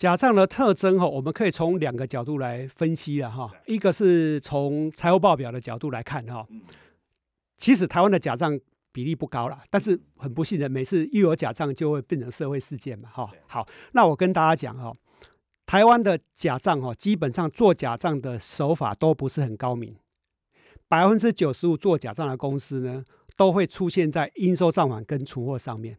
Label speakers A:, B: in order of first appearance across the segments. A: 甲胄的特征哈，我们可以从两个角度来分析了哈。一个是从财务报表的角度来看哈，其实台湾的甲胄比例不高啦，但是很不幸的，每次一有甲胄就会变成社会事件嘛哈。好，那我跟大家讲哈，台湾的甲胄哈，基本上做甲胄的手法都不是很高明，百分之九十五做甲胄的公司呢，都会出现在应收账款跟存货上面。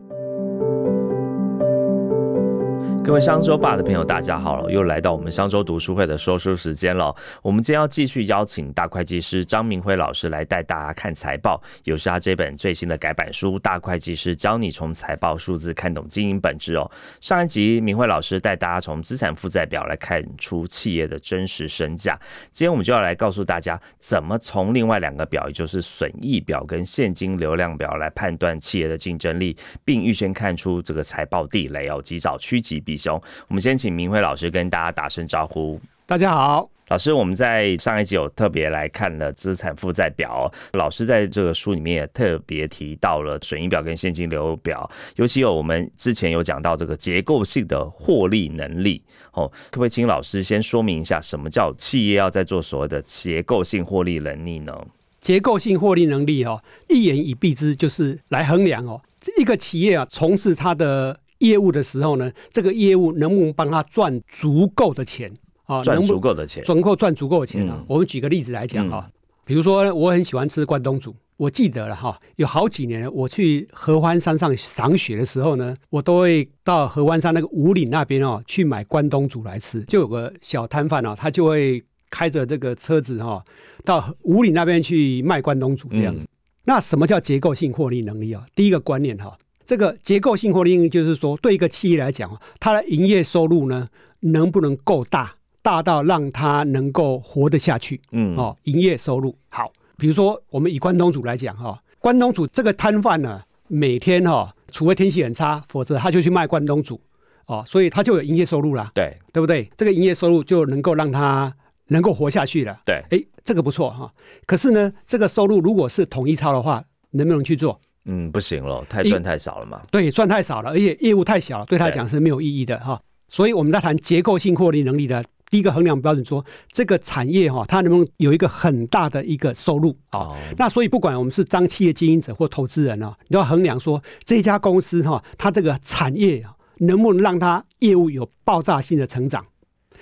B: 各位商周吧的朋友，大家好了，又来到我们商周读书会的说书时间了。我们今天要继续邀请大会计师张明辉老师来带大家看财报，有是他这本最新的改版书《大会计师教你从财报数字看懂经营本质》哦。上一集明辉老师带大家从资产负债表来看出企业的真实身价，今天我们就要来告诉大家怎么从另外两个表，也就是损益表跟现金流量表来判断企业的竞争力，并预先看出这个财报地雷哦，及早趋吉避。比熊，我们先请明辉老师跟大家打声招呼。
A: 大家好，
B: 老师，我们在上一集有特别来看了资产负债表、哦，老师在这个书里面也特别提到了损益表跟现金流表，尤其有我们之前有讲到这个结构性的获利能力哦，可不可以请老师先说明一下，什么叫企业要在做所谓的结构性获利能力呢？
A: 结构性获利能力哦，一言以蔽之就是来衡量哦，一个企业啊从事它的。业务的时候呢，这个业务能不能帮他赚足够的钱啊？
B: 赚足够的钱，
A: 能够赚足够的钱啊！嗯、我们举个例子来讲哈、啊，嗯、比如说我很喜欢吃关东煮，我记得了哈、啊，有好几年我去合欢山上赏雪的时候呢，我都会到合欢山那个五岭那边哦、啊、去买关东煮来吃，就有个小摊贩啊，他就会开着这个车子哈，到五岭那边去卖关东煮这样子。嗯、那什么叫结构性获利能力啊？第一个观念哈。这个结构性获利，就是说，对一个企业来讲，啊它的营业收入呢，能不能够大，大到让它能够活得下去？嗯，哦，营业收入好，比如说我们以关东煮来讲哈，关东煮这个摊贩呢，每天哈，除非天气很差，否则他就去卖关东煮，哦，所以他就有营业收入啦，
B: 对，
A: 对不对？这个营业收入就能够让他能够活下去了，
B: 对，
A: 哎，这个不错哈。可是呢，这个收入如果是统一超的话，能不能去做？
B: 嗯，不行了，太赚太少了嘛。
A: 对，赚太少了，而且业务太小了，对他讲是没有意义的哈。所以我们在谈结构性获利能力的第一个衡量标准说，说这个产业哈，它能不能有一个很大的一个收入啊？哦、那所以不管我们是当企业经营者或投资人啊，你要衡量说这家公司哈，它这个产业啊能不能让它业务有爆炸性的成长，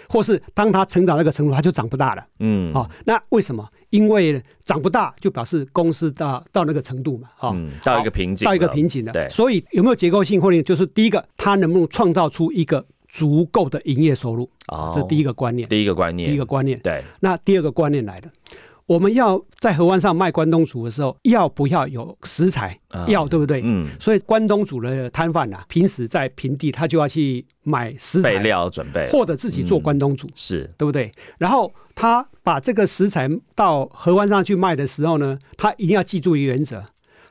A: 或是当它成长那个程度，它就长不大了。嗯，好、哦，那为什么？因为长不大，就表示公司到到那个程度嘛，哈、哦
B: 嗯，到一个瓶颈，
A: 到一个瓶颈了。
B: 对，
A: 所以有没有结构性获利？就是第一个，它能不能创造出一个足够的营业收入？哦，这第一个观念，
B: 第一个观念，
A: 第一个观念。
B: 对，
A: 那第二个观念来了，我们要在河湾上卖关东煮的时候，要不要有食材？嗯、要，对不对？嗯。所以关东煮的摊贩啊，平时在平地，他就要去买食材、
B: 备料准备，
A: 或者自己做关东煮，嗯、
B: 是
A: 对不对？然后他。把这个食材到河湾上去卖的时候呢，他一定要记住一个原则，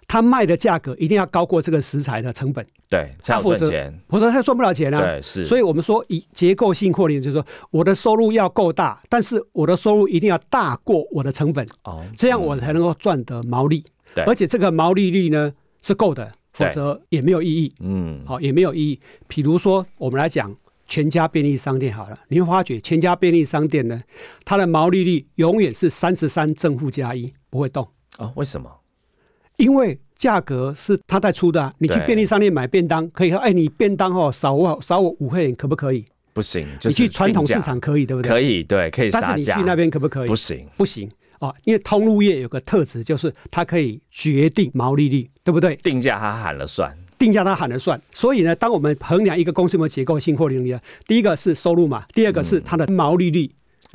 A: 他卖的价格一定要高过这个食材的成本，
B: 对，才有赚钱，
A: 否则他赚不了钱啊。
B: 对，是。
A: 所以我们说以结构性获利，就是说我的收入要够大，但是我的收入一定要大过我的成本，哦，这样我才能够赚得毛利。
B: 嗯对、嗯，
A: 而且这个毛利率呢是够的，否则也没有意义。嗯，好、哦，也没有意义。比如说，我们来讲。全家便利商店好了，你会发觉全家便利商店呢，它的毛利率永远是三十三正负加一，不会动
B: 啊、哦？为什么？
A: 因为价格是它在出的、啊。你去便利商店买便当，可以说，哎，你便当哦少我少我五块钱，可不可以？
B: 不行，就是、
A: 你去传统市场可以，对不对？
B: 可以，对，可以。
A: 但是你去那边可不可以？
B: 不行，
A: 不行。哦，因为通路业有个特质，就是它可以决定毛利率，对不对？
B: 定价它喊了算。
A: 定价它喊了算，所以呢，当我们衡量一个公司有没有结构性获利能力，第一个是收入嘛，第二个是它的毛利率，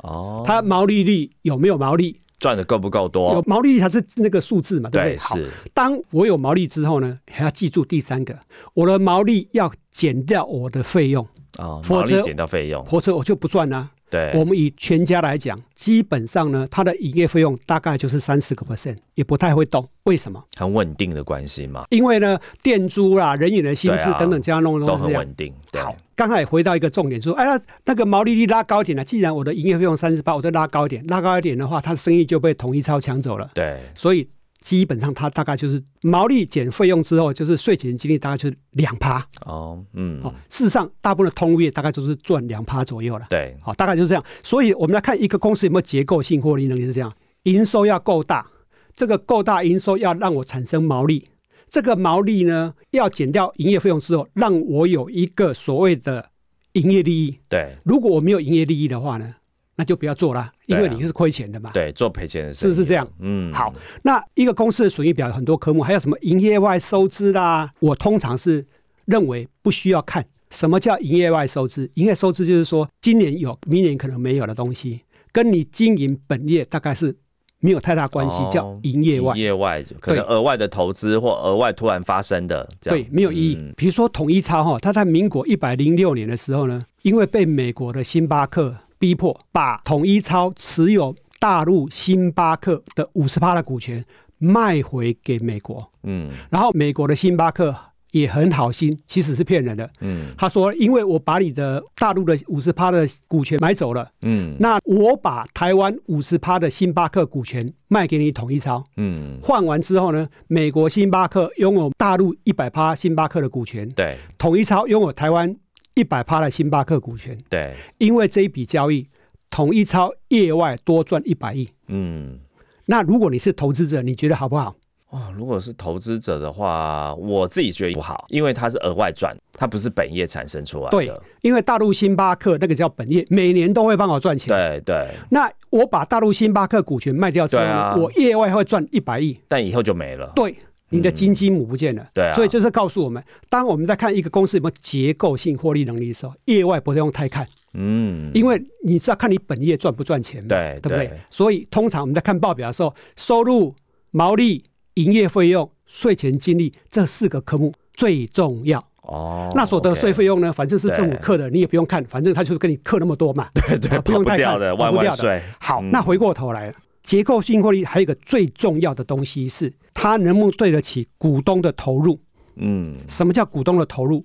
A: 嗯、哦，它毛利率有没有毛利，
B: 赚的够不够多？
A: 有毛利率才是那个数字嘛，对不对？
B: 哦对是。
A: 当我有毛利之后呢，还要记住第三个，我的毛利要减掉我的费用
B: 啊，哦、毛利减掉费用，
A: 否则我就不赚啦、啊。
B: 对，
A: 我们以全家来讲，基本上呢，它的营业费用大概就是三十个 percent，也不太会动。为什么？
B: 很稳定的关系嘛。
A: 因为呢，店租啦、人员的薪资等等这样弄
B: 都很稳定。对
A: 好，刚才也回到一个重点，说，哎呀，那个毛利率拉高一点了、啊。既然我的营业费用三十八，我就拉高一点，拉高一点的话，他生意就被统一超抢走了。
B: 对，
A: 所以基本上它大概就是毛利减费用之后，就是税前净利大概就是两趴。
B: 哦，嗯，
A: 哦，事实上大部分的通路业大概就是赚两趴左右了。
B: 对，
A: 好、大概就是这样。所以我们来看一个公司有没有结构性获利能力是这样：营收要够大，这个够大营收要让我产生毛利，这个毛利呢要减掉营业费用之后，让我有一个所谓的营业利益。
B: 对，
A: 如果我没有营业利益的话呢，那就不要做了，因为
B: 对啊
A: 你是亏钱的嘛。
B: 对，做赔钱的
A: 是
B: 生
A: 不
B: 意，
A: 是这样？
B: 嗯，
A: 好，那一个公司的损益表有很多科目，还有什么营业外收支啦？我通常是认为不需要看。什么叫营业外收支？营业收支就是说今年有，明年可能没有的东西，跟你经营本业大概是没有太大关系，
B: 哦
A: 叫营业外。
B: 业外可能额外的投资或额外突然发生的，这样嗯
A: 对，没有意义。比如说统一超哈，它在民国一百零六年的时候呢，因为被美国的星巴克逼迫，把统一超持有大陆星巴克的五十趴的股权卖回给美国。
B: 嗯
A: 然后美国的星巴克也很好心，其实是骗人的。
B: 嗯
A: 他说，因为我把你的大陆的五十趴的股权买走了，
B: 嗯
A: 那我把台湾五十趴的星巴克股权卖给你统一超，
B: 嗯，
A: 换完之后呢，美国星巴克拥有大陆一百趴星巴克的股权，
B: 对
A: 统一超拥有台湾一百趴的星巴克股权。
B: 对，
A: 因为这一笔交易，统一超业外多赚一百亿。
B: 嗯。
A: 那如果你是投资者，你觉得好不好？
B: 哇，如果是投资者的话，我自己觉得不好，因为它是额外赚，它不是本业产生出来
A: 对
B: 的。，
A: 因为大陆星巴克那个叫本业，每年都会帮我赚钱。
B: 对对，
A: 那我把大陆星巴克股权卖掉之后呢，
B: 对啊
A: 我业外会赚一百亿。
B: 但以后就没了。
A: 对，你的金鸡母不见了。
B: 嗯对啊
A: 所以这是告诉我们，当我们在看一个公司有没有结构性获利能力的时候，业外不用太看，
B: 嗯，
A: 因为你是要看你本业赚不赚钱嘛，
B: 对
A: 对不对
B: 对？
A: 所以通常我们在看报表的时候，收入、毛利、营业费用、税前净利这四个科目最重要。
B: 哦，
A: 那所得税
B: OK
A: 费用呢？反正是政府
B: 对
A: 课的，你也不用看，反正他就是跟你课那么多嘛，
B: 对对
A: 啊不
B: 跑
A: 用
B: 不
A: 太
B: 掉
A: 看
B: 的，
A: 跑
B: 万
A: 不
B: 万
A: 掉的
B: 税。
A: 好，
B: 嗯
A: 那回过头来了，结构性获利还有一个最重要的东西是，它能不能对得起股东的投入？
B: 嗯，
A: 什么叫股东的投入？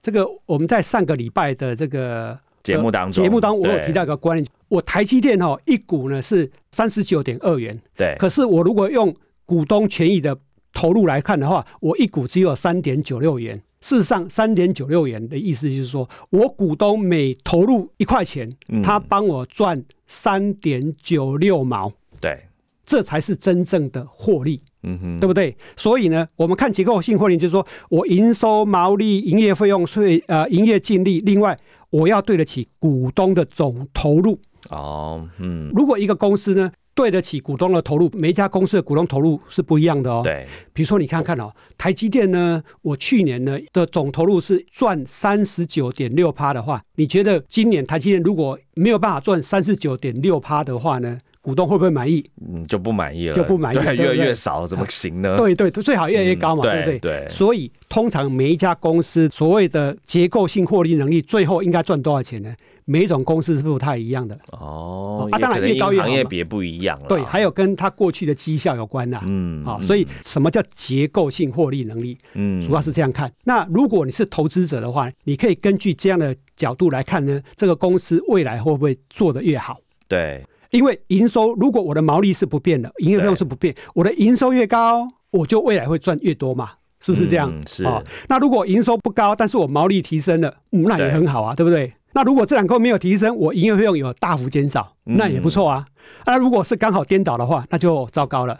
A: 这个我们在上个礼拜的这个呃
B: 节目当中，
A: 节目当中，我有
B: 对
A: 提到一个观念，我台积电哦，一股呢是三十九点二元，
B: 对，
A: 可是我如果用股东权益的投入来看的话，我一股只有三点九六元。事实上，三点九六元的意思就是说，我股东每投入一块钱，
B: 嗯
A: 他帮我赚三点九六毛，
B: 对，
A: 这才是真正的获利，
B: 嗯哼，
A: 对不对？所以呢，我们看结构性获利，就是说我营收、毛利、营业费用、税呃营业净利，另外我要对得起股东的总投入。
B: 哦，嗯，
A: 如果一个公司呢对得起股东的投入，每一家公司的股东投入是不一样的哦。
B: 对，
A: 比如说你看看哦，台积电呢，我去年呢的总投入是赚三十九点六趴的话，你觉得今年台积电如果没有办法赚三十九点六趴的话呢，股东会不会满意？
B: 嗯，就不满意了，
A: 就不满意
B: 对，
A: 对不
B: 越来越
A: 对
B: 少，怎么行呢？
A: 对对，最好越来越高嘛，
B: 呃嗯
A: 对不对？
B: 对
A: 所以通常每一家公司所谓的结构性获利能力，最后应该赚多少钱呢？每一种公司是不太一样的，
B: 哦，
A: 啊
B: 也
A: 当然
B: 可能
A: 越高越
B: 行
A: 好
B: 业
A: 嘛
B: 别不一样了，
A: 对，还有跟它过去的绩效有关呐、啊。
B: 嗯，嗯，
A: 所以什么叫结构性获利能力？
B: 嗯
A: 主要是这样看。那如果你是投资者的话，你可以根据这样的角度来看呢，这个公司未来会不会做得越好？
B: 对，
A: 因为营收，如果我的毛利是不变的，营业费用
B: 对
A: 是不变，我的营收越高，我就未来会赚越多嘛，是不是这样？哦
B: 嗯是
A: 那如果营收不高，但是我毛利提升了，嗯，那
B: 对
A: 也很好啊，对不对？那如果这两个没有提升，我营业费用有大幅减少，
B: 嗯
A: 那也不错啊。那如果是刚好颠倒的话，那就糟糕了。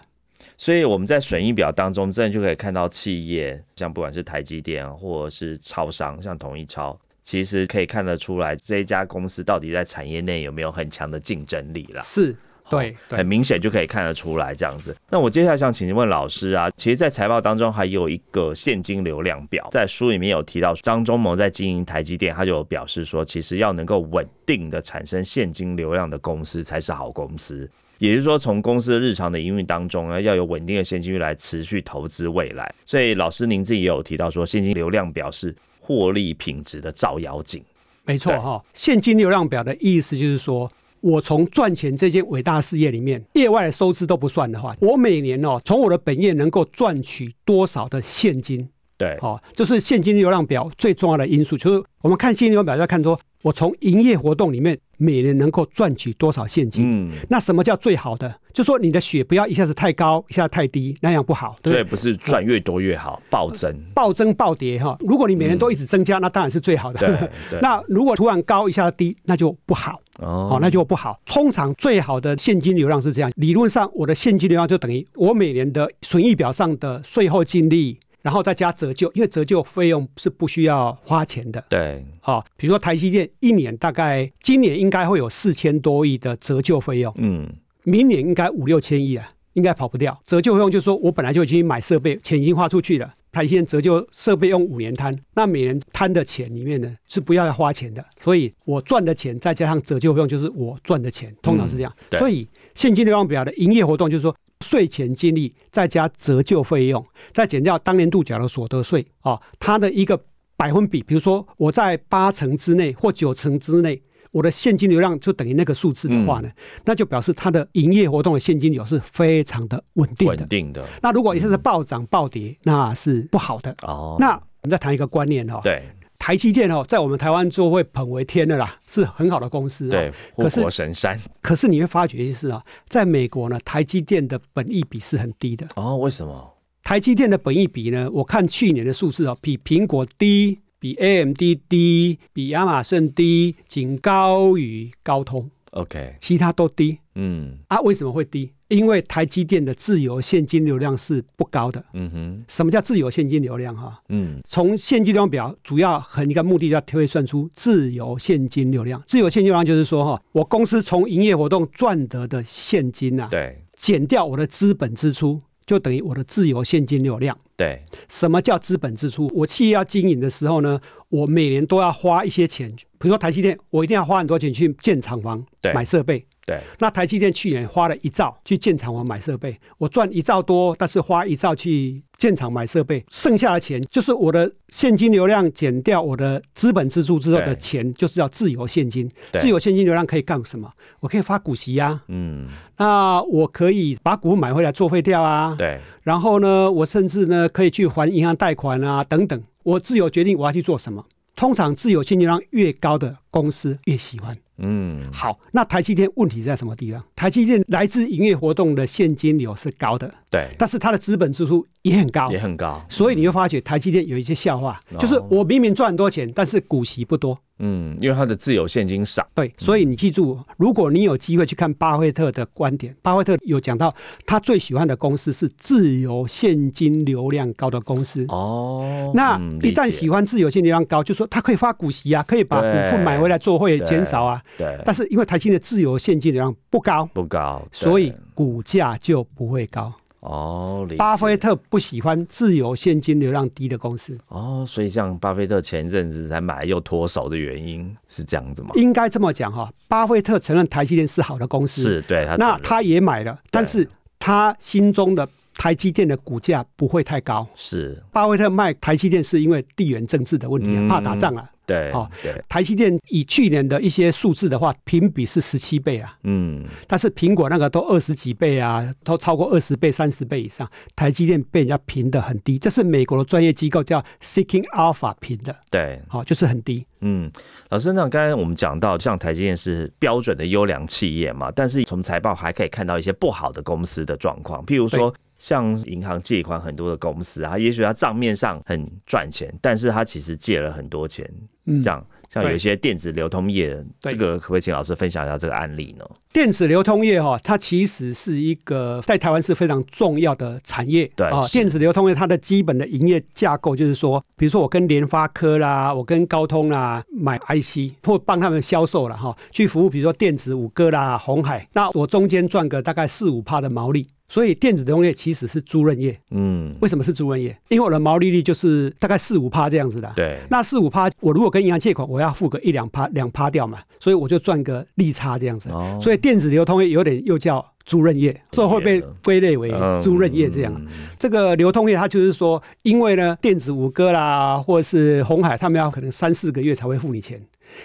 B: 所以我们在损益表当中，真的就可以看到企业，像不管是台积电啊或者是超商，像统一超，其实可以看得出来这一家公司到底在产业内有没有很强的竞争力啦。
A: 是，对，对
B: 很。明显就可以看得出来这样子。那我接下来想请问老师啊，其实，在财报当中还有一个现金流量表，在书里面有提到，张忠谋在经营台积电，他就有表示说，其实要能够稳定的产生现金流量的公司才是好公司。也就是说，从公司的日常的营运当中呢，要有稳定的现金流来持续投资未来。所以，老师您自己也有提到说，现金流量表是获利品质的照妖镜。
A: 没错
B: 对
A: 哈、现金流量表的意思就是说，我从赚钱这件伟大事业里面，业外的收支都不算的话，我每年哦，从我的本业能够赚取多少的现金，
B: 对，
A: 哦，就是现金流量表最重要的因素。就是我们看现金流量表，要看说我从营业活动里面每年能够赚取多少现金。
B: 嗯，
A: 那什么叫最好的？就说你的血不要一下子太高，一下子太低，那样不好。对不
B: 所以
A: 对，
B: 不是赚越多越好，暴增。
A: 暴增暴跌哈。如果你每年都一直增加，那当然是最好
B: 嗯对
A: 的。
B: 对，
A: 那如果突然高一下低，那就不好，
B: 哦
A: 哦，那就不好。通常最好的现金流量是这样，理论上我的现金流量就等于我每年的损益表上的税后净利，然后再加折旧，因为折旧费用是不需要花钱的。
B: 对，
A: 好、比如说台积电一年大概今年应该会有四千多亿的折旧费用，
B: 嗯，
A: 明年应该五六千亿啊，应该跑不掉。折旧费用就是说我本来就已经买设备，钱已经花出去了，台积电折旧设备用五年摊，那每年摊的钱里面呢是不要花钱的，所以我赚的钱再加上折旧费用就是我赚的钱，通常是这样。
B: 对
A: 所以现金流量表的营业活动就是说。税前净利再加折旧费用，再减掉当年度缴的所得税啊、哦，它的一个百分比，比如说我在八成之内或九成之内，我的现金流量就等于那个数字的话呢，那就表示它的营业活动的现金流是非常的稳定
B: 稳
A: 的。
B: 定的
A: 那如果一下是暴涨暴跌，那是不好的。
B: 哦。
A: 那我们再谈一个观念哦，
B: 对
A: 台积电哦，在我们台湾就会捧为天的啦，是很好的公司、哦。
B: 对，护
A: 可是
B: 国神山
A: 可是你会发觉一件事啊，在美国呢，台积电的本益比是很低的。
B: 哦，为什么？
A: 台积电的本益比呢，我看去年的数字哦，比苹果低，比 AMD 低，比亚马逊低，仅高于高通，
B: OK，
A: 其他都低
B: 嗯
A: 啊。为什么会低？因为台积电的自由现金流量是不高的。
B: 嗯哼
A: 什么叫自由现金流量？哈，
B: 嗯
A: 从现金流量表主要很一个目的，要推算出自由现金流量。自由现金流量就是说，哈，我公司从营业活动赚得的现金啊，
B: 对
A: 减掉我的资本支出，就等于我的自由现金流量。
B: 对
A: 什么叫资本支出？我企业要经营的时候呢，我每年都要花一些钱，比如说台积电，我一定要花很多钱去建厂房、
B: 对
A: 买设备。
B: 对
A: 那台积电去年花了一兆去建厂房买设备，我赚一兆多，但是花一兆去建厂买设备，剩下的钱就是我的现金流量减掉我的资本支出之后的
B: 对
A: 钱，就是要自由现金。
B: 对
A: 自由现金流量可以干什么？我可以发股息呀、啊，
B: 嗯
A: 那我可以把股份买回来作废掉啊，
B: 对
A: 然后呢，我甚至呢可以去还银行贷款啊等等，我自由决定我要去做什么。通常自由现金流量越高的公司越喜欢。
B: 嗯
A: 好，那台积电问题在什么地方？台积电来自营业活动的现金流是高的，
B: 对，
A: 但是它的资本支出也很高
B: 也，很高，
A: 所以你会发觉台积电有一些笑话
B: 哦，
A: 就是我明明赚很多钱，但是股息不多。
B: 嗯，因为它的自由现金少，
A: 对，所以
B: 嗯
A: 你记住，如果你有机会去看巴菲特的观点，巴菲特有讲到他最喜欢的公司是自由现金流量高的公司。
B: 哦
A: 那一旦喜
B: 欢
A: 欢自由现金流量高，就说它可以发股息啊，可以把股份买回来做会
B: 对
A: 减少啊。
B: 对
A: 但是因为台积电的自由现金流量不高，
B: 不高，对
A: 所以股价就不会高。
B: 哦，理
A: 巴
B: 解
A: 菲特不喜欢自由现金流量低的公司，
B: 哦，所以像巴菲特前阵子才买又脱手的原因是这样子吗？
A: 应该这么讲哈。巴菲特承认台积电是好的公司，
B: 是，对他承
A: 那
B: 认
A: 他也买了，但是他心中的台积电的股价不会太高。
B: 是
A: 巴菲特卖台积电是因为地缘政治的问题啊，
B: 嗯
A: 怕打仗啊。
B: 对
A: 好
B: 对
A: 台积电以去年的一些数字的话，评比是十七倍啊，
B: 嗯
A: 但是苹果那个都二十几倍啊，都超过二十倍、三十倍以上。台积电被人家评的很低，这是美国的专业机构叫 Seeking Alpha 评的，
B: 对
A: 好、就是很低。
B: 嗯，老师，那刚才我们讲到，像台积电是标准的优良企业嘛，但是从财报还可以看到一些不好的公司的状况，譬如说像银行借款很多的公司啊，也许它账面上很赚钱，但是它其实借了很多钱，
A: 嗯
B: 这样像有一些电子流通业，
A: 对
B: 这个可不可以请老师分享一下这个案例呢？
A: 电子流通业哈、它其实是一个在台湾是非常重要的产业。
B: 对
A: 啊、
B: 是
A: 电子流通业它的基本的营业架构就是说，比如说我跟联发科啦，我跟高通啦买 IC 或帮他们销售了哈、去服务比如说电子五哥啦、红海，那我中间赚个大概四五趴的毛利。所以电子流通业其实是租赁业，
B: 嗯，
A: 为什么是租赁业？因为我的毛利率就是大概四五趴这样子的。
B: 对，
A: 那四五趴，我如果跟银行借款，我要付个一两趴、两趴掉嘛，所以我就赚个利差这样子。
B: 哦
A: 所以电子流通业有点又叫租赁业，所以会呃被归类为租赁业这样。
B: 哦嗯
A: 这个流通业它就是说，因为呢电子五哥啦，或者是红海，他们要可能三四个月才会付你钱。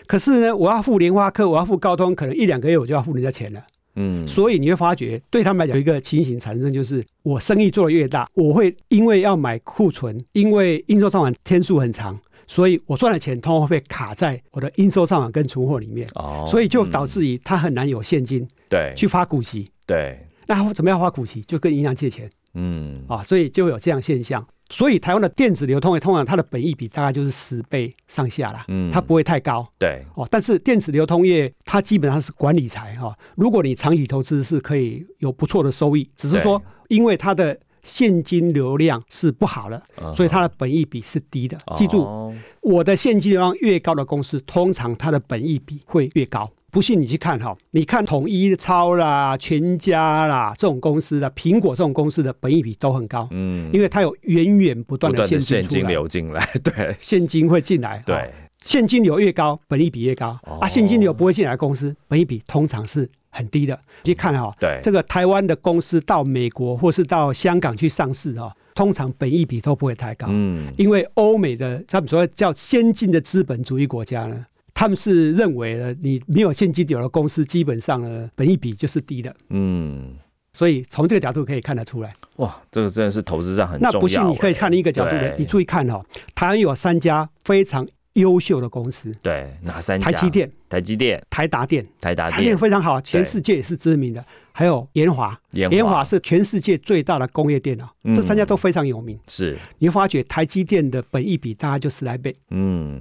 A: 可是呢，我要付莲花科，我要付高通，可能一两个月我就要付人家钱了。
B: 嗯，
A: 所以你会发觉，对他们来讲，有一个情形产生就是，我生意做得越大，我会因为要买库存，因为应收账款天数很长，所以我赚的钱通常会被卡在我的应收账款跟存货里面，
B: 哦，
A: 所以就导
B: 嗯
A: 致于他很难有现金
B: 对
A: 去发股息。
B: 对，
A: 那他怎么样发股息？就跟银行借钱
B: 嗯，
A: 啊，所以就会有这样现象。所以台湾的电子流通通常它的本益比大概就是十倍上下啦，
B: 嗯
A: 它不会太高。
B: 对，
A: 哦，但是电子流通业它基本上是管理财哈、如果你长期投资是可以有不错的收益，只是说因为它的现金流量是不好的，
B: 嗯
A: 所以它的本益比是低的。记住，
B: 哦
A: 我的现金流量越高的公司，通常它的本益比会越高。不信你去看哈、你看统一超啦、全家啦这种公司的，苹果这种公司的本益比都很高，
B: 嗯，
A: 因为它有源源不断
B: 不
A: 的
B: 断
A: 现
B: 的
A: 金出
B: 现金
A: 来，
B: 流进来， 对
A: 现金会进来。哦
B: 对，
A: 现金流越高，本益比越高、
B: 哦
A: 啊。现金流不会进来的公司，本益比通常是很低的。你去看哈、
B: 对
A: 这个台湾的公司到美国或是到香港去上市哈、通常本益比都不会太高，
B: 嗯
A: 因为欧美的他们所谓叫先进的资本主义国家呢。他们是认为呢，你没有现金流的公司，基本上呢，本益比就是低的，
B: 嗯，
A: 所以从这个角度可以看得出来。
B: 哇，这个真的是投资上很重
A: 那
B: 要欸。
A: 不信你可以看另一个角度的
B: 对，
A: 你注意看哈、台湾有三家非常优秀的公司：
B: 对哪三家？
A: 台积、电、
B: 台积电、
A: 台达电、
B: 台达
A: 台电
B: 电、
A: 非常好，全世界也是知名的。还有研华，
B: 研
A: 研华是全世界最大的工业电脑，
B: 嗯
A: 这三家都非常有名。
B: 是
A: 你会发觉台积电的本益比大概就十来倍，
B: 嗯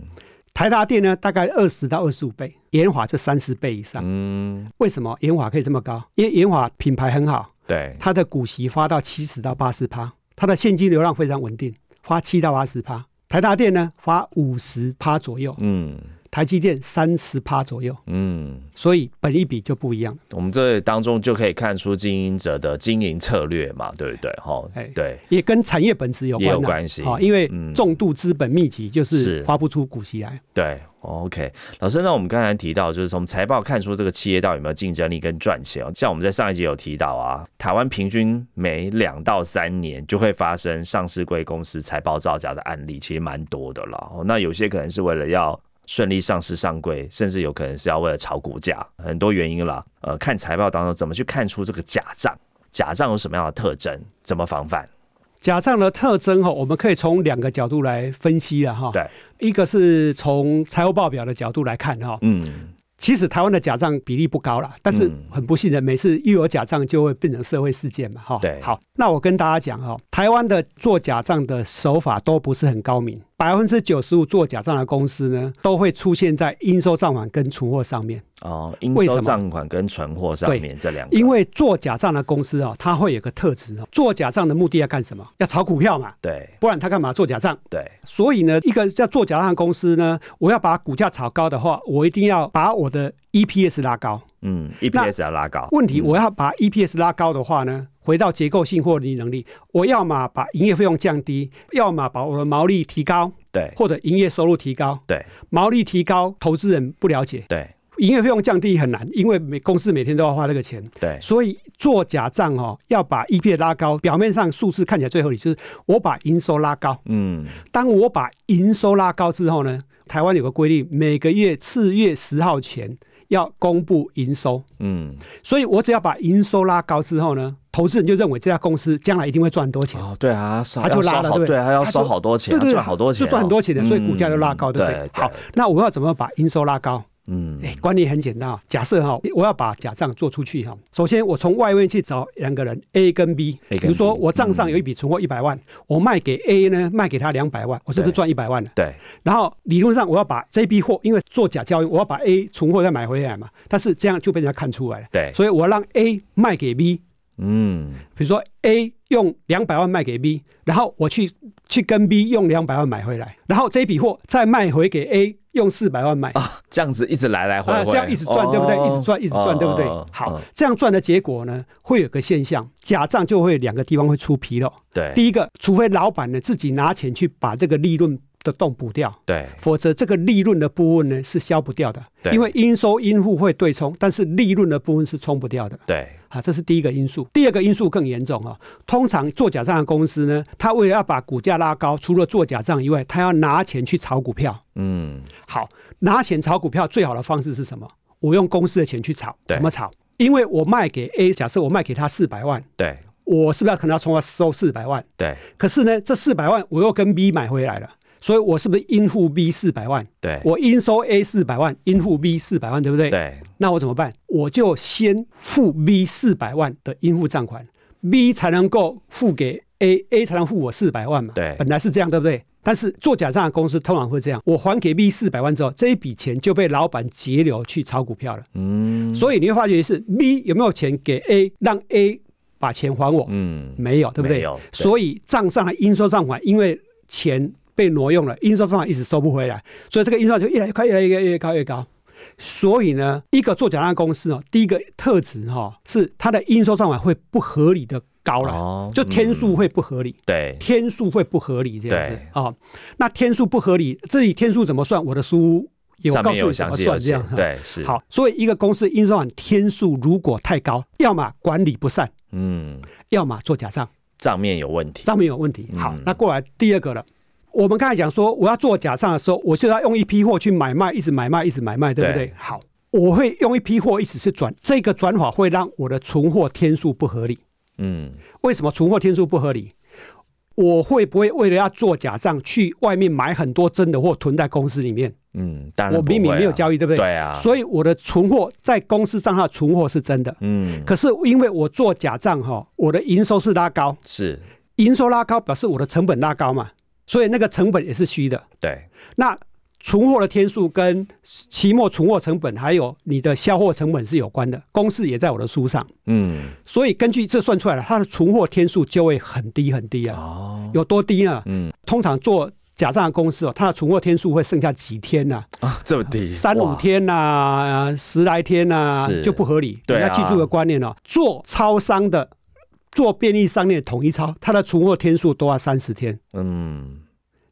A: 台达电呢大概二十到二十五倍，研华就三十倍以上。
B: 嗯
A: 为什么研华可以这么高？因为研华品牌很好，
B: 对
A: 它的股息发到七十到八十趴，它的现金流量非常稳定，发七到八十趴。台达电呢发五十趴左右，
B: 嗯
A: 台积电三十趴左右，
B: 嗯，
A: 所以本益比就不一样。
B: 我们这当中就可以看出经营者的经营策略嘛，对不对？哈
A: 哎，
B: 对，
A: 也跟产业本质有关、
B: 也
A: 啊，
B: 有关系
A: 啊、因为
B: 嗯
A: 重度资本密集就是
B: 是
A: 发不出股息来。
B: 对，OK，老哦师，那我们刚才提到，就是从财报看出这个企业到底有没有竞争力跟赚钱哦。像我们在上一集有提到啊，台湾平均每两到三年就会发生上市贵公司财报造假的案例，其实蛮多的啦。哦那有些可能是为了要顺利上市上柜，甚至有可能是要为了炒股价，很多原因啦。呃，看财报当中怎么去看出这个假账，假账有什么样的特征，怎么防范？
A: 假账的特征哦哈，我们可以从两个角度来分析了哈。
B: 对，
A: 一个是从财务报表的角度来看哈，
B: 嗯，
A: 其实台湾的假账比例不高啦，但是
B: 嗯
A: 很不幸的，每次一有假账就会变成社会事件嘛哈。
B: 对
A: 好，那我跟大家讲哈，台湾的做假账的手法都不是很高明，百分之九十五做假账的公司呢，都会出现在应收账款跟存货上面。
B: 哦，应
A: 为什
B: 收
A: 么
B: 账款跟存货上
A: 对
B: 面这两个，
A: 因为做假账的公司啊、哦，它会有个特质哦，做假账的目的要干什么？要炒股票嘛，
B: 对
A: 不然他干嘛做假账？
B: 对，
A: 所以呢，一个要做假账的公司呢，我要把股价炒高的话，我一定要把我的 EPS 拉高。
B: 嗯
A: 那
B: ，EPS 要拉高。
A: 问题
B: 嗯
A: 我要把 EPS 拉高的话呢，回到结构性获利能力，我要么把营业费用降低，要么把我的毛利提高，
B: 对
A: 或者营业收入提高。
B: 对
A: 毛利提高，投资人不了解，
B: 对
A: 营业费用降低很难，因为每公司每天都要花这个钱。
B: 对，
A: 所以做假账哦，要把 EPS 拉高，表面上数字看起来最合理，就是我把营收拉高。
B: 嗯
A: 当我把营收拉高之后呢，台湾有个规定，每个月次月十号前要公布营收，
B: 嗯，
A: 所以我只要把营收拉高之后呢，投资人就认为这家公司将来一定会赚很多钱。
B: 哦，对啊，少
A: 他就
B: 要收
A: 拉了
B: 好
A: 对
B: 对啊，他要
A: 他
B: 收
A: 就
B: 好多钱，
A: 对对
B: 赚好多钱哦，
A: 就赚很多钱的，所以股价就拉高，
B: 嗯
A: 对不对？好，，那我要怎么把营收拉高？
B: 嗯
A: 哎，观念很简单啊。假设哈，我要把假账做出去哈。首先，我从外面去找两个人 A 跟 B，
B: A 跟 B，嗯
A: 比如说我账上有一笔存货一百万，我卖给 A 呢，卖给他两百万，我是不是
B: 对
A: 赚一百万了？
B: 对，
A: 然后理论上我要把这批货，因为做假交易，我要把 A 存货再买回来嘛。但是这样就被人家看出来了，
B: 对
A: 所以我让 A 卖给 B，
B: 嗯
A: 比如说 A 用两百万卖给 B，然后我去去跟 B 用两百万买回来，然后这笔货再卖回给 A 用四百万买。
B: 啊，这样子一直来来回
A: 啊，
B: 回，
A: 这样一直赚，对不对？
B: 哦
A: 一直赚，一直赚，对不对
B: 哦哦哦？
A: 好
B: 嗯，
A: 这样赚的结果呢，会有个现象，假账就会两个地方会出纰漏。
B: 对
A: 第一个，除非老板呢自己拿钱去把这个利润的洞补掉，
B: 对
A: 否则这个利润的部分呢是消不掉的，
B: 对
A: 因为应收应付会对冲，但是利润的部分是冲不掉的。
B: 对，
A: 啊，这是第一个因素。第二个因素更严重啊、通常做假账的公司呢，他为了要把股价拉高，除了做假账以外，他要拿钱去炒股票。
B: 嗯
A: 好，拿钱炒股票最好的方式是什么？我用公司的钱去炒，
B: 对
A: 怎么炒？因为我卖给 A，假设我卖给他四百万，
B: 对
A: 我是不是要可能要从他收四百万？
B: 对
A: 可是呢，这四百万我又跟 B 买回来了，所以我是不是应付 B 四百万？
B: 对
A: 我应收 A 四百万，应付 B 四百万，对不对？
B: 哎对
A: 那我怎么办？我就先付 B 四百万的应付账款，B 才能够付给 A，A 才能付我四百万嘛。
B: 对
A: 本来是这样，对不对？但是做假账的公司通常会这样，我还给 B 四百万之后，这一笔钱就被老板截留去炒股票了。
B: 嗯
A: 所以你会发觉是 B 有没有钱给 A，让 A 把钱还我？
B: 嗯，
A: 没有，对不对？
B: 没有对
A: 所以账上的应收账款，因为钱被挪用了，应收账款一直收不回来，所以这个应收就越来越高，越来越越高越高。所以呢，一个做假账的公司哦，第一个特质哈、哦、是它的应收账款会不合理的高了，
B: 哦
A: 就天数
B: 嗯
A: 会不合理。
B: 对
A: 天数会不合理这样子
B: 对
A: 啊、哦，那天数不合理，这里天数怎么算？我的书有
B: 上
A: 告
B: 面
A: 诉
B: 有
A: 你怎
B: 详
A: 么
B: 细的
A: 算这
B: 写
A: 样。，
B: 对是，
A: 好，所以一个公司应收款天数如果太高，要么管理不善，
B: 嗯，
A: 要么做假账。
B: 账面有问题，
A: 账面有问题。好
B: 嗯，
A: 那过来第二个了。我们刚才讲说，我要做假账的时候，我就要用一批货去买卖，一直买卖，一直买卖，对不对？
B: 对
A: 好，我会用一批货一直是转，这个转法会让我的存货天数不合理。
B: 嗯，
A: 为什么存货天数不合理？我会不会为了要做假账，去外面买很多真的货囤在公司里面？
B: 嗯，当然
A: 我明明没有交
B: 易，
A: 易，对不对？
B: 对啊，
A: 所以我的存货在公司账号存货是真的，
B: 嗯，
A: 可是因为我做假账哈，我的营收是拉高，
B: 是
A: 营收拉高表示我的成本拉高嘛，所以那个成本也是虚的。
B: 对，
A: 那存货的天数跟期末存货成本还有你的销货成本是有关的，公式也在我的书上，
B: 嗯，
A: 所以根据这算出来了，它的存货天数就会很低很低啊，
B: 哦，
A: 有多低呢？
B: 嗯，
A: 通常做假账的公司哦，它的存货天数会剩下几天呐、
B: 啊，这么低，
A: 三五
B: 哇，
A: 天呐、呃十来天呐、
B: 是
A: 就不合理。
B: 对啊
A: 你要记住个观念哦，做超商的、做便利商店的统一超，它的存货天数都要三十天。
B: 嗯，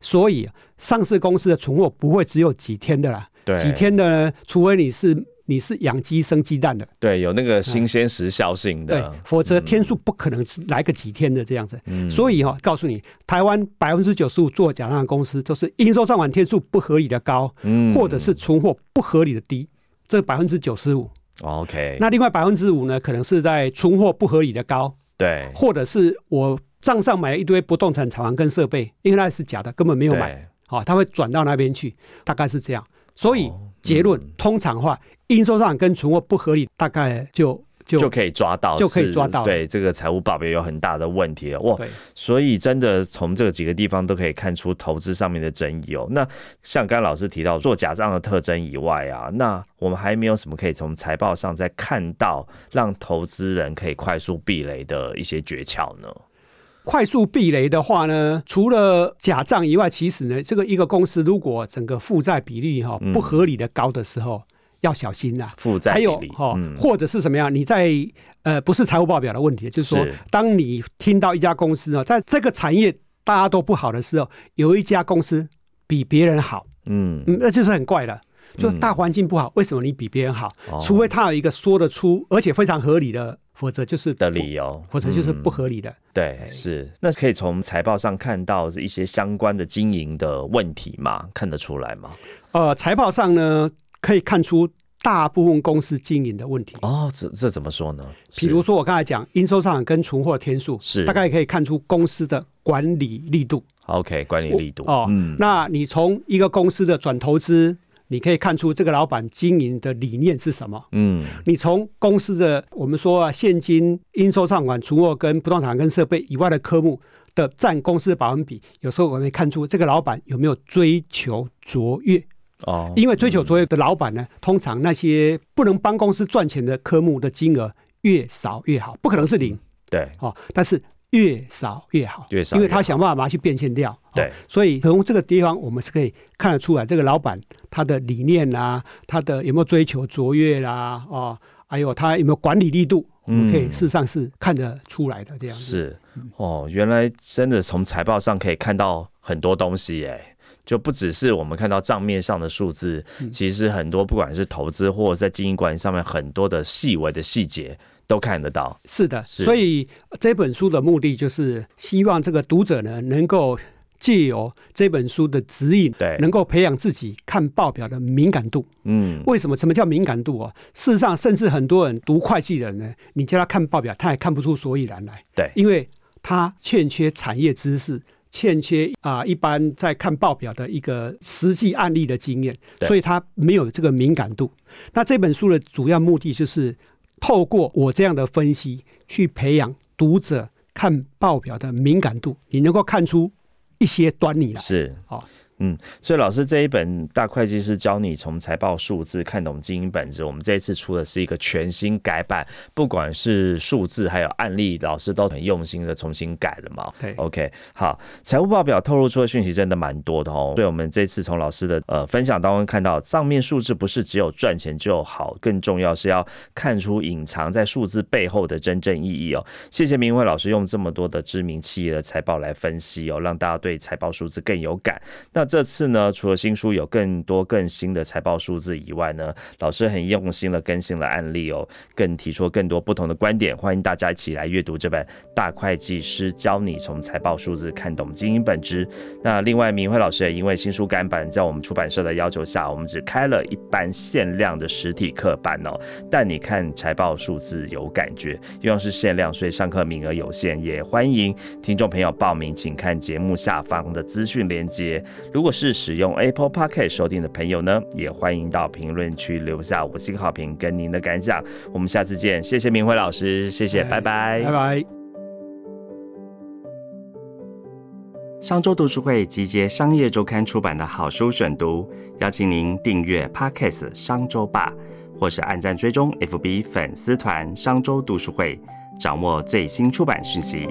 A: 所以啊上市公司的存货不会只有几天的啦，
B: 对，
A: 几天的呢，除非你是你是养鸡生鸡蛋的，
B: 对，有那个新鲜时效性
A: 嗯对
B: 的，，
A: 否则天数不可能是来个几天的这样子。
B: 啊嗯
A: 所以哈、告诉你，台湾百分之九十五做假账的公司，就是应收账款天数不合理的高，
B: 嗯
A: 或者是存货不合理的低，这百分之九十五。
B: OK，
A: 那另外百分之五呢，可能是在存货不合理的高，
B: 对，
A: 或者是我账上买了一堆不动产厂房跟设备，因为那是假的，根本没有买。
B: 对
A: 好、它会转到那边去，大概是这样。所以
B: 哦
A: 结论、
B: 嗯
A: 通常化应收账跟存货不合理，大概就就
B: 就可以抓到是，
A: 就可以抓到了
B: 对，这个财务报表有很大的问题了。哇，
A: 对
B: 所以真的从这几个地方都可以看出投资上面的争议哦。那像刚刚老师提到做假账的特征以外啊，那我们还没有什么可以从财报上再看到让投资人可以快速避雷的一些诀窍呢？
A: 快速避雷的话呢，除了假账以外，其实呢，这个一个公司如果整个负债比例哈、
B: 嗯
A: 不合理的高的时候，要小心啦、
B: 负债
A: 还
B: 比
A: 有
B: 例，
A: 哈、
B: 嗯，
A: 或者是什么样？你在呃，不是财务报表的问题，就是说，
B: 是
A: 当你听到一家公司呢，哦在这个产业大家都不好的时候，有一家公司比别人好，嗯
B: 嗯，，
A: 那就是很怪了。就
B: 嗯
A: 大环境不好，为什么你比别人好？
B: 哦
A: 除非他有一个说得出而且非常合理的，否则就是
B: 的
A: 不
B: 理，由，
A: 否则就是
B: 嗯
A: 不合理的。
B: 对，
A: 哎
B: 是那可以从财报上看到一些相关的经营的问题吗？看得出来吗？
A: 呃，财报上呢可以看出大部分公司经营的问题。
B: 哦，这这怎么说呢？
A: 比如
B: 是
A: 说我刚才讲应收账跟存货天数，
B: 是
A: 大概可以看出公司的管理力度。
B: OK 管理力度嗯
A: 哦，那你从一个公司的转投资，你可以看出这个老板经营的理念是什么。
B: 嗯，
A: 你从公司的我们说啊，现金、应收账款、存货跟不动产跟设备以外的科目的占公司的百分比，有时候我们看出这个老板有没有追求卓越。
B: 哦，
A: 因为追求卓越的老板呢，通常那些不能帮公司赚钱的科目的金额越少越好，不可能是零
B: 对，
A: 哦，但是越少越好，
B: 越少越好
A: 因为他想办法把它去变现掉。哦
B: 对，
A: 所以从这个地方我们是可以看得出来，这个老板他的理念啊，他的有没有追求卓越啦、哦，还有他有没有管理力度，我们可以
B: 嗯
A: 事实上是看得出来的这样子。
B: 是哦，原来真的从财报上可以看到很多东西耶。就不只是我们看到账面上的数字，
A: 嗯
B: 其实很多不管是投资或者在经营管理上面很多的细微的细节都看得到。
A: 是的，
B: 是
A: 所以这本书的目的就是希望这个读者呢，能够借由这本书的指引，
B: 对
A: 能够培养自己看报表的敏感度。
B: 嗯，
A: 为什么？什么叫敏感度啊？事实上，甚至很多人读会计的人呢，你叫他看报表，他也看不出所以然来。
B: 对
A: 因为他欠缺产业知识，欠缺啊、一般在看报表的一个实际案例的经验，
B: 对
A: 所以他没有这个敏感度。那这本书的主要目的就是透过我这样的分析，去培养读者看报表的敏感度，你能够看出一些端倪来。
B: 是
A: 好
B: 嗯，所以老师这一本大会计师教你从财报数字看懂经营本质，我们这一次出的是一个全新改版，不管是数字还有案例，老师都很用心的重新改了嘛。
A: 对
B: OK，好，财务报表透露出的讯息真的蛮多的哦。所以我们这次从老师的呃分享当中看到，账面数字不是只有赚钱就好，更重要是要看出隐藏在数字背后的真正意义哦。谢谢明慧老师用这么多的知名企业的财报来分析哦，让大家对财报数字更有感。那这次呢，除了新书有更多更新的财报数字以外呢，老师很用心的更新了案例哦，更提出更多不同的观点，欢迎大家一起来阅读这本《大会计师教你从财报数字看懂经营本质》。那另外，明慧老师也因为新书改版，在我们出版社的要求下，我们只开了一般限量的实体课版哦，但你看财报数字有感觉，因为是限量，所以上课名额有限，也欢迎听众朋友报名，请看节目下方的资讯连接。如果是使用 Apple p o c k e t 收听的朋友呢，也欢迎到评论区留下五星好评跟您的感想。我们下次见，谢谢明辉老师，谢谢，
A: 哎
B: 拜拜
A: 拜拜。
C: 商周读书会集结《商业周刊》出版的好书选读，邀请您订阅 Podcast《商周吧》，或是按赞追踪 FB 粉丝团“商周读书会”，掌握最新出版讯息。